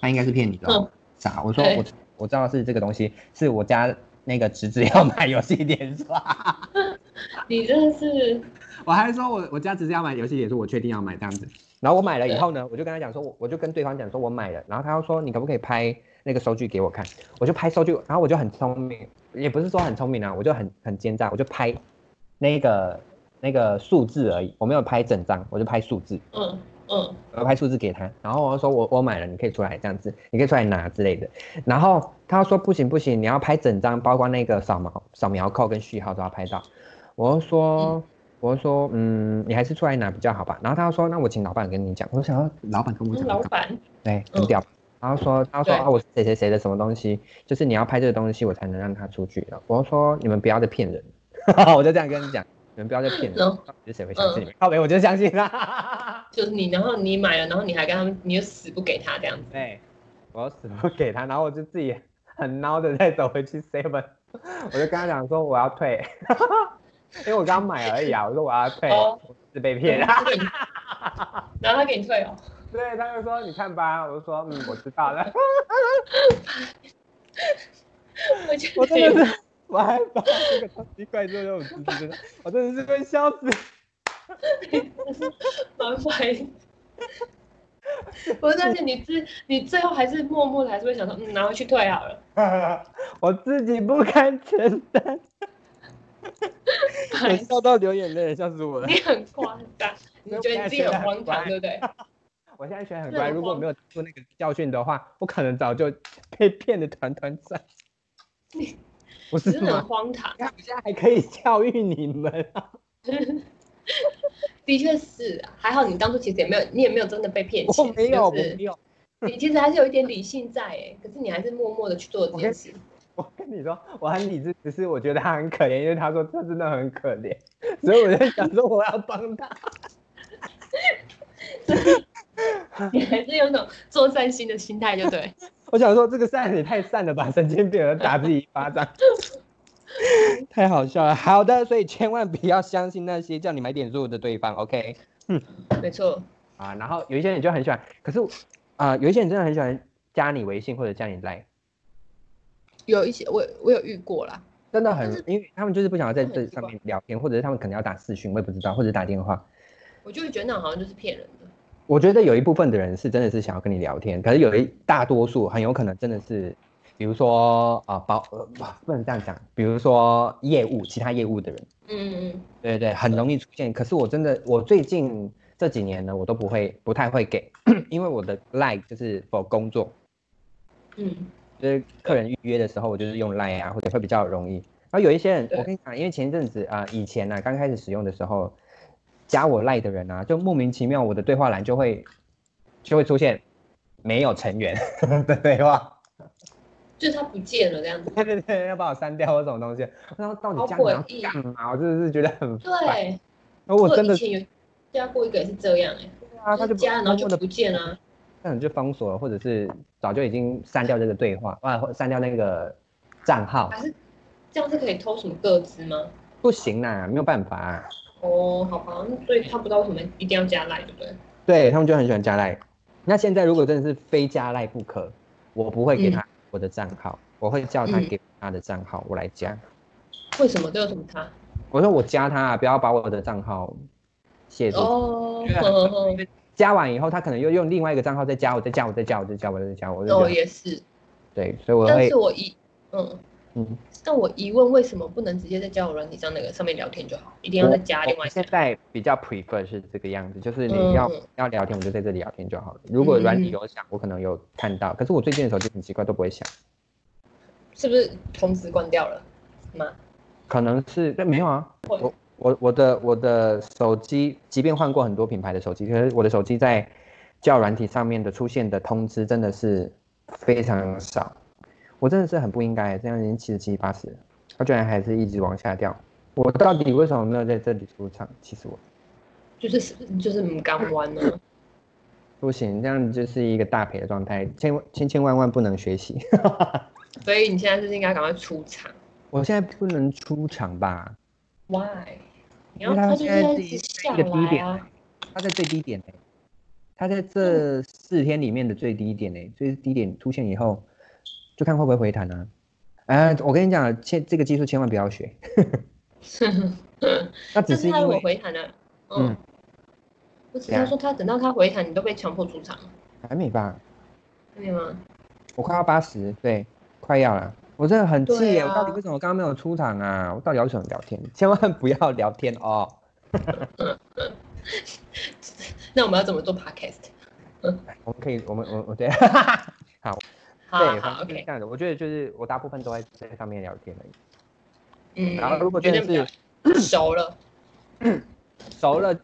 他应该是骗你的、哦，傻，我说
嗯对
我我知道是这个东西，是我家那个侄子要买游戏点数，啊
你真的是
我还说我我家侄子要买游戏点数，我确定要买这样子，然后我买了以后呢，我就跟他讲说，我我就跟对方讲说我买了，然后他又说你可不可以拍那个收据给我看，我就拍收据，然后我就很聪明，也不是说很聪明啊，我就很很奸诈，我就拍那个那个数字而已，我没有拍整张，我就拍数字，
嗯嗯
我拍数字给他，然后我就说我我买了，你可以出来这样子，你可以出来拿之类的。然后他说不行不行，你要拍整张，包括那个扫描扫描扣跟序号都要拍到。我就说我就说嗯，你还是出来拿比较好吧。然后他说那我请老板跟你讲，我想要老板跟我
嗯，
讲，
老板，
对，很屌。然后说，他说
对
啊，我是谁谁谁的什么东西，就是你要拍这个东西，我才能让他出去的。我就说你们不要再骗人， (laughs) 我就这样跟你讲，你们不要再骗人，
然后
到底是谁会相信你们？靠北，我就相信啦。
就是你，然后你买了，然后你还跟他们，你就死不给他这样子。
对，哎 (laughs) 我死不给他，然后我就自己很孬的再走回去 seven，我就 (laughs) 跟他讲说我要退， (laughs) 因为我刚买而已啊，我说我要退，
哦
我是被骗。 (laughs)
他给你， (laughs) 然后他给你退哦。
对，他就说你看吧，我就说嗯，我知道了，
我觉得
(laughs) 我真
(laughs)
的是， (laughs) 我还把这个超级怪兽让我知道，我真的是被笑死。 (laughs)
蛮烦。不是，而且你最你最后还是默默的还是会想说，嗯，拿回去退好了。
我自己不堪承担，
白痴
哎笑到流眼泪，笑死 (laughs) 我了
你。很夸张，你觉得你自己很荒唐，对
(laughs)
不对？
我现在学得很
那
乖，
我
如果
慌
没有做那个教训的话，我可能早就 (laughs) 被骗得团团
(laughs)
转。不
你
是
真的哦很
吗？
荒唐，
你看我现在还可以教育你
(laughs)
们啊、
的确是啊。还好你当初其实也没有，你也没有真的被骗
我
钱，
没有，我
就
没
是
有。
你其实还是有一点理性在哎，可是你还是默默的去做这件事。
我跟你说，我很理智，只是我觉得他很可怜，因为他说这真的很可怜，所以我就想说我要帮他。
你还是有一种做善心的心态，就对。
我想说这个善也太善了吧，神经病，打自己一巴
(laughs)
掌，太好笑了。好的，所以千万不要相信那些叫你买点数的对方，OK？
没错，
啊，然后有一些人就很喜欢，可是啊、有一些人真的很喜欢加你微信或者加你 Line，
有一些我我有遇过啦，
真的很
但是，
因为他们就是不想要在这
真的很奇
上
怪
面聊天，或者是他们可能要打视讯，我也不知道，或者打电话。
我就会觉得那好像就是骗人的。
我觉得有一部分的人是真的是想要跟你聊天，可是有一大多数很有可能真的是，比如说啊、包、呃不能这样讲，比如说业务其他业务的人，
嗯嗯
对对，很容易出现。可是我真的，我最近这几年呢，我都不会不太会给， (clears throat) 因为我的 Line 就是 for 工作，
嗯，
就是客人预约的时候，我就是用 Line 啊，或者会比较容易。然后有一些人，
对
我跟你讲，因为前一阵子啊、呃以前呢、啊、刚开始使用的时候，加我 Line 的人啊，就莫名其妙我的对话栏就会就会出现没有成员 (laughs) 的对话， (laughs)
就是他不见了这样子。
对对对，要把我删掉或什么东西，然后到底
好
加你要
诡异
干嘛？我真的是觉得很烦。
对。
然后我真的
以前有加过一个也是这样哎、
啊，他就
加了然后就
默默地
不见了、啊。
可能就封锁了，或者是早就已经删掉这个对话，啊，或删掉那个账号，
还是这样是可以偷什么个资吗？
不行啦，没有办法、啊。
哦，好吧，那所以他不知道为什么一定要加赖，对不对？
对他们就很喜欢加赖。那现在如果真的是非加赖不可，我不会给他我的账号，我会叫他
嗯
给他的账号，我来加。
为什么都有什么他？
我说我加他、啊，不要把我的账号卸除。
哦，
对啊 (laughs)
呵呵
加完以后，他可能又用另外一个账号再加我，再加我，再加我，再加我，再加我，再加我就
哦
觉得。
也是，
对，所以啊我
但
会
是我疑，嗯，
嗯，
但我疑问为什么不能直接在交友软体上那个上面聊天就好，一定要
我
再加另外
我
一个
现？在比较 prefer 是这个样子，就是你要、
嗯
要聊天，我就在这里聊天就好了。如果软体有响，我可能有看到，可是我最近的手机很奇怪都不会响，
是不是同时关掉了吗？
可能是但没有啊，
或者
我我我的我的手机，即便换过很多品牌的手机，可是我的手机在教软体上面的出现的通知真的是非常少，我真的是很不应该，这样已经七十七八十了，它居然还是一直往下掉，我到底为什么没有在这里出场？气死我！
就是就是唔敢玩呢、
不行，这样就是一个大赔的状态，千万千千万万不能学习。 (laughs)
所以你现在就是应该赶快出场
我现在不能出场吧？
，Why？你
因
要
为他
他
们
就是
现在
要
自
一
己
直
在
下
一个低
来
点
啊，
它在最低点呢、它在
嗯
这四天里面的最低点呢、最低点出现以后，就看会不会回弹呢、啊？哎、我跟你讲，千这个技术千万不要学，那只
但
是
他
因
如果
为
回弹了，
嗯啊
嗯，不是他说他等到他回弹，你都被强迫出场了，
还没吧，
对吗？ (laughs)
我快要八十，对，快要了，我真的很气
对
耶、
啊
我到底为什么我刚刚没有出场啊？我到底要怎么聊天？千万不要聊天哦。
那我们要怎么做 podcast？
我们可以，我们我我对，
好
(laughs) 对，反
好
正就是
，OK，
这样的。我觉得就是我大部分都在这上面聊天而已。
嗯，
然后如果
觉
真
得
的是
比较熟了，
熟了，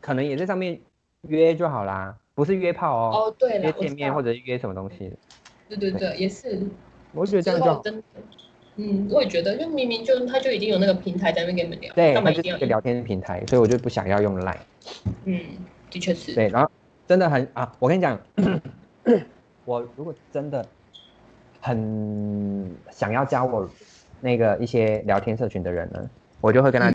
可能也在上面约就好啦，不是约炮哦，
哦，对
约
了，我
见
知
面
道
或，者是约什么东西。
对对对，也是，
我觉得这
之
样就
后
好。
真的，嗯，我也觉得，就明明就他就已经有那个平台在那边跟你们聊，
对，
干
它
嘛一
就是
定
一
要
个？聊天平台，所以我就不想要用 Line。
嗯，的确是，
对，然后真的很啊，我跟你讲，我如果真的很想要加我那个一些聊天社群的人呢，我就会跟他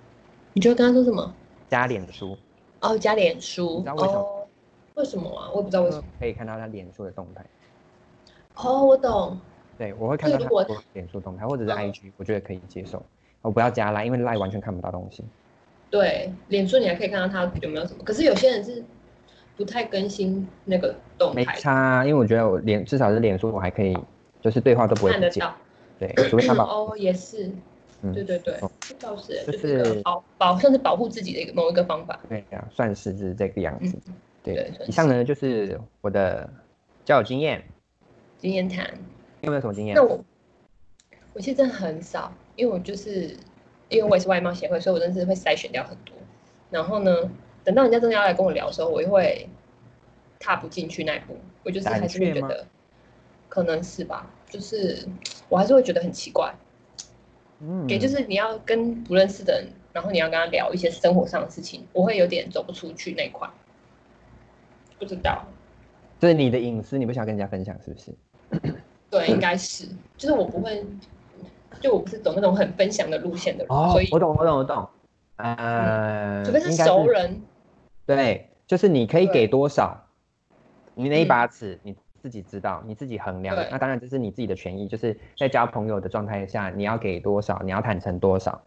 你就跟他说什么？
加脸书，
哦，加脸书
你知道，为什么
哦，为什么啊？我也不知道为什么。
可以看到他脸书的动态。
哦，我懂，
对，我会看到
对
他
如果
的脸书动态或者是
嗯
IG，我觉得可以接受。我不要加 Line，因为 Line 完全看不到东西。
对，脸书你还可以看到他有没有什么，可是有些人是不太更新那个动
没
态，
差啊，因为我觉得我脸至少是脸书，我还可以就是对话都不会
看得
不见。
到。
对，除非他把
哦，也是，
嗯
对对对
哦，
这倒是，
就
就是一个
是
保保算是保护自己的一个某一个方法。嗯
对呀、啊，算是就是这个样子。
对
对
算，
以上呢就是我的交友经验，
经验谈，
你有没有什么经验
那？我我其实真的很少，因为我就是因为我也是外貌协会，所以我真的是会筛选掉很多。然后呢，等到人家真的要来跟我聊的时候，我又会踏不进去那一步，我就是还是会觉
胆怯
得，可能是吧，就是我还是会觉得很奇怪。
嗯
也就是你要跟不认识的人，然后你要跟他聊一些生活上的事情，我会有点走不出去那一块。不知道，
就是你的隐私，你不想跟人家分享，是不是？
对，应该是，就是我不会，就我不是走那种很分享的路线的人，哦所以
哦
嗯
我懂，我懂，我懂。呃，
除非是
应该
熟人，
对，就是你可以
对
给多少，你那一
嗯
把尺你自己知道，你自己衡量
对。
那当然这是你自己的权益，就是在交朋友的状态下，你要给多少，你要坦诚多少，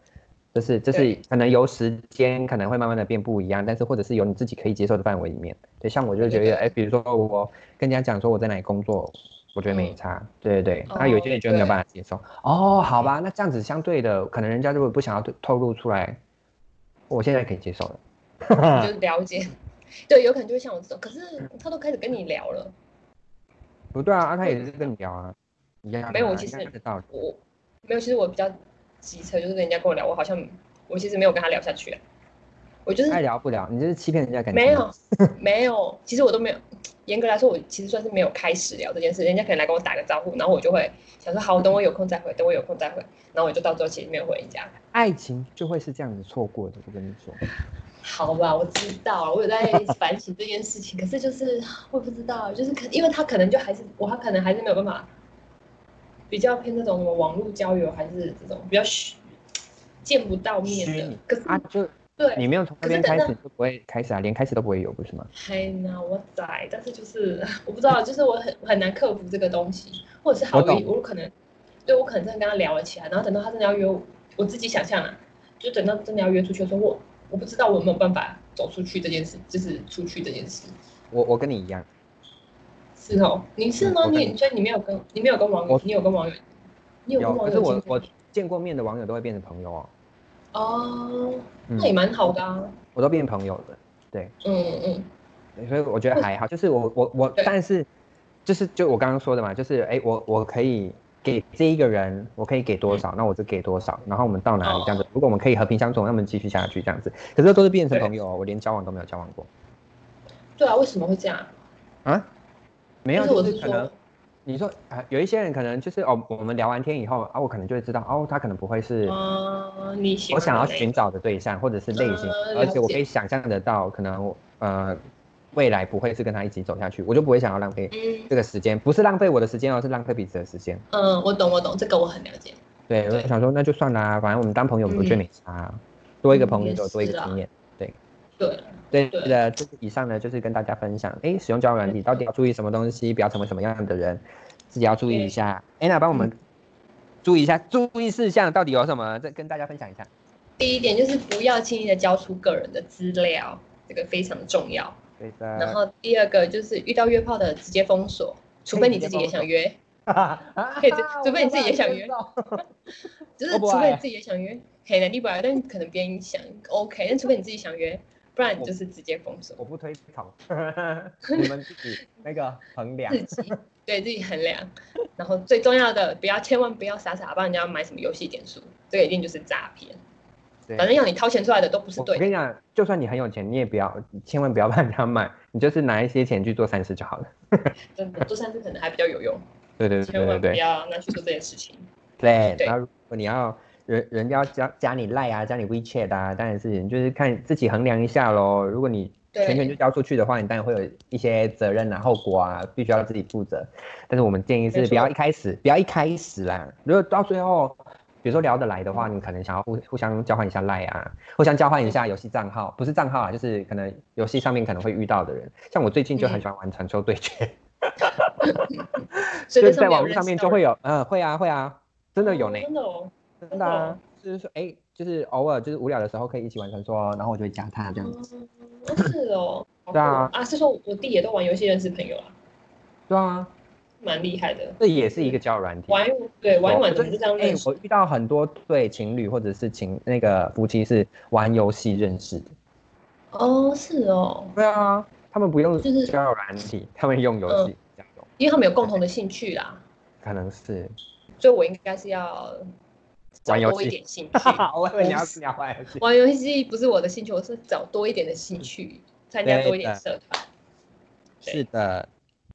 就是这是
对
可能由时间可能会慢慢的变不一样，但是或者是由你自己可以接受的范围里面。对，像我就觉
对对
得，哎，比如说我跟人家讲说我在哪里工作。我觉得没
嗯
差，对对对。那、有些人就
哦
没有
对
办法接受。哦，好吧，那这样子相对的，可能人家如果不想要透透露出来，我现在可以接受
(laughs)
了。嗯
就是了解， (laughs) 对，有可能就会像我这种，可是他都开始跟你聊了，
不对啊，啊他也是跟你聊啊，一样、啊。
没有我其
一样
实
的道理。
我没有，其实我比较急车，就是人家跟我聊，我好像我其实没有跟他聊下去、啊我就是
爱聊不聊，你这是欺骗人家感情。(laughs)
没有，没有，其实我都没有。严格来说，我其实算是没有开始聊这件事。人家可能来跟我打个招呼，然后我就会想说，好，等我有空再回，等我有空再回。然后我就到最后其实没有回人家。
爱情就会是这样子错过的。我跟你说，
嗯好吧，我知道了，我有在反省这件事情。 (laughs) 可是就是 (sighs) 我不知道，就是可因为他可能就还是我，他可能还是没有办法，比较偏那种什么网络交友，还是这种比较虚见不到面
虚
的
拟。
可是、
啊，就
对，
你没有从那
可
边
是等
开
到
始，你就不会开始啊，连开始都不会有，不是吗？
嗨呐，哎我在，但是就是 (laughs) 我不知道，就是我很很难克服这个东西，或者是好
我
意，我可能对我可能真的跟他聊了起来，然后等到他真的要约我，我自己想象啊，就等到真的要约出去的时候，我我不知道我有没有办法走出去这件事，就是出去这件事。
我我跟你一样，
是哦，你是吗？
嗯我跟
你所以你没有跟你没有跟网友
我，
你有跟网友，你有跟网
可是
友见
我
面
我见过面的网友都会变成朋友哦，
哦，
嗯
那，也蛮好的啊，
我都变朋友了，
嗯嗯
对所以我觉得还好。就是我我我，
对
但是就是就我刚刚说的嘛，就是哎，我我可以。给这一个人，我可以给多少，那我就给多少。然后我们到哪里
哦
这样子，如果我们可以和平相处，那我们继续下去这样子。可是都是变成
对
朋友哦，我连交往都没有交往过。
对啊，为什么会这样？
啊？没有，
就是我
就是
是
可
说
能你说啊，有一些人可能就是哦，我们聊完天以后啊，我可能就会知道哦，他可能不会是
啊，你喜
我
欢
想要
的那一
寻找的对象，或者是类型
呃，
而
了
且我
解
可以想象得到，可能我呃未来不会是跟他一起走下去，我就不会想要浪费
嗯。
这个时间，不是浪费我的时间哦，是浪费彼此的时间。
嗯，我懂，我懂，这个我很了解。
对，我
对
就想说那就算啦，反正我们当朋友，我觉得
嗯
没差啊，多一个
嗯
朋友
也
就有多一
是
个
啦
经验。
对，
对
对
的，这是以上呢，就是跟大家分享，哎，使用交友软体到底要注意什么东西，不要成为什么样的人，自己要注意一下。安娜帮我
嗯
们注意一下，注意事项到底有什么，再跟大家分享一下。
第一点就是不要轻易的交出个人的资料，这个非常重要。
对
然
的。
后第二个就是遇到约炮的直接封锁，除非你自己也想约，
可
以除非你自己也想约就是
我不
除非
爱
你自己也想约，可以的，你本来但可能别人想 OK，但除非你自己想约，不然你就是直接封锁，
我不推崇， (laughs) 你们自己那个衡
(laughs)
量。
自己对自己衡量。然后最重要的，不要千万不要傻傻帮人家买什么游戏点数，这个一定就是诈骗。
对
反正要你掏钱出来的都不是
我
对
我
的
跟。你讲，就算你很有钱，你也不要，千万不要帮 (laughs) 人家买，你就是拿一些钱去做善事就好了。
真的，做善事可能还比较有用，
对对对
千
对
万不
对
要拿去做这件事情。
对。
对
然后如果你要人人家要加加你赖啊，加你 WeChat 啊，当然是你就是看自己衡量一下喽。如果你
对
全权就交出去的话，你当然会有一些责任啊、后果啊，必须要自己负责。但是我们建议
没
是
错
不要一开始，不要一开始啦。如果到最后，比如说聊得来的话，你可能想要互互相交换一下赖啊，互相交换一下游戏账号，不是账号啊，就是可能游戏上面可能会遇到的人。像我最近就很喜欢玩传说对决，
所以
就是
上
在
面有
网络
认
上
识
面
到
就
人
会有，嗯，会啊会啊，真的有
哦
呢。
真的哦，
真的、啊，就是说，哎、就是偶尔就是无聊的时候可以一起玩传说哦，然后我就会加他这样子。
哦是哦，好酷哦
(laughs) 对啊
啊，是说我弟也都玩游戏认识朋友啊，
对啊，
蛮厉害的。
这也是一个交友软体。
玩一对玩一玩怎么就这样
哎、
认识？
我遇到很多对情侣或者是情那个夫妻是玩游戏认识的。
哦，是哦，
对啊，他们不用
就是嗯
交友软体，他们用游戏这样用，
因为他们有共同的兴趣啦，
可能
(laughs)
是。
所以我应该是要找
玩游戏
多一点
(laughs)
兴趣。
我以为你要聊玩游戏。
玩游戏不是我的兴趣，我是找多一点的兴趣，参加多一点社团。对
是的，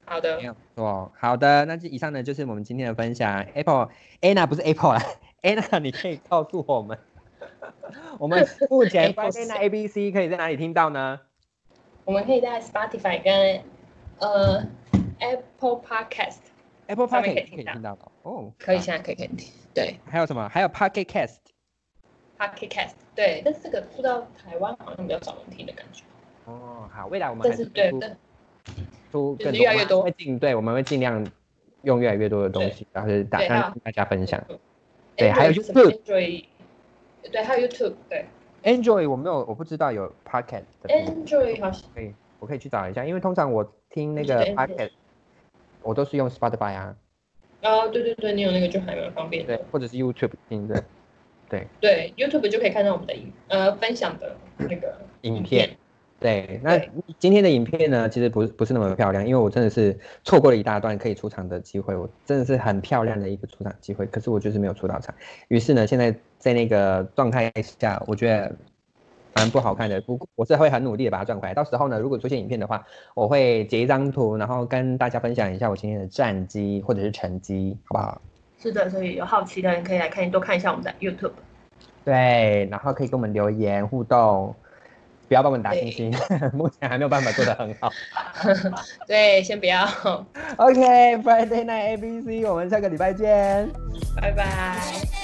好
没
的，
有错。好的，那就以上呢就是我们今天的分享。Apple Anna 不是 Apple 啦 (laughs) ，Anna 你可以告诉我们，我们目
(laughs)
前
Apple 是
Anna A B C 可以在哪里听到呢？
我们可以在 Spotify 跟呃 Apple Podcast
Apple
上面可以
Podcast 可以
听到
听到的哦，
可以
好
现在可以可以听，对
还有什么？还有 Pocket Cast，
Pocket Cast 对，但是这个不知道台湾好像比较少人听的感觉，
哦，好，未来我们
但
还
是
是
对
会出
但
出
就是
更
越来越
我们
多
会尽对，我们会尽量用越来越多的东
对
西，然后就是打
对还有
让大家分享。对
Android
还有
是什么
YouTube
Android，对，还有 YouTube 对
Android 我没有，我不知道有 Pocket 的
哎
平台。
Android 好像
可以，我可以去找一下，因为通常我听那个
对
podcast，我都是用 Spotify 啊，
哦，对对对，你有那个就还蛮方便
对
的，，
或者是 YouTube 听的
对 YouTube 就可以看到我们的影呃分享的那个
影片。对，那
对
今天的影片呢，其实不是不是那么漂亮，因为我真的是错过了一大段可以出场的机会，我真的是很漂亮的一个出场机会，可是我就是没有出到场。于是呢，现在在那个状态下，我觉得蛮不好看的。不过我是会很努力的把它赚回来。到时候呢，如果出现影片的话，我会截一张图，然后跟大家分享一下我今天的战绩或者是成绩，好不好？
是的，所以有好奇的人可以来看，多看一下我们的 YouTube。
对，然后可以跟我们留言互动，不要帮我们打星星， (laughs) 目前还没有办法做得很好。
对，先不要， (laughs)
OK，Friday、Night ABC，我们下个礼拜见。
拜拜。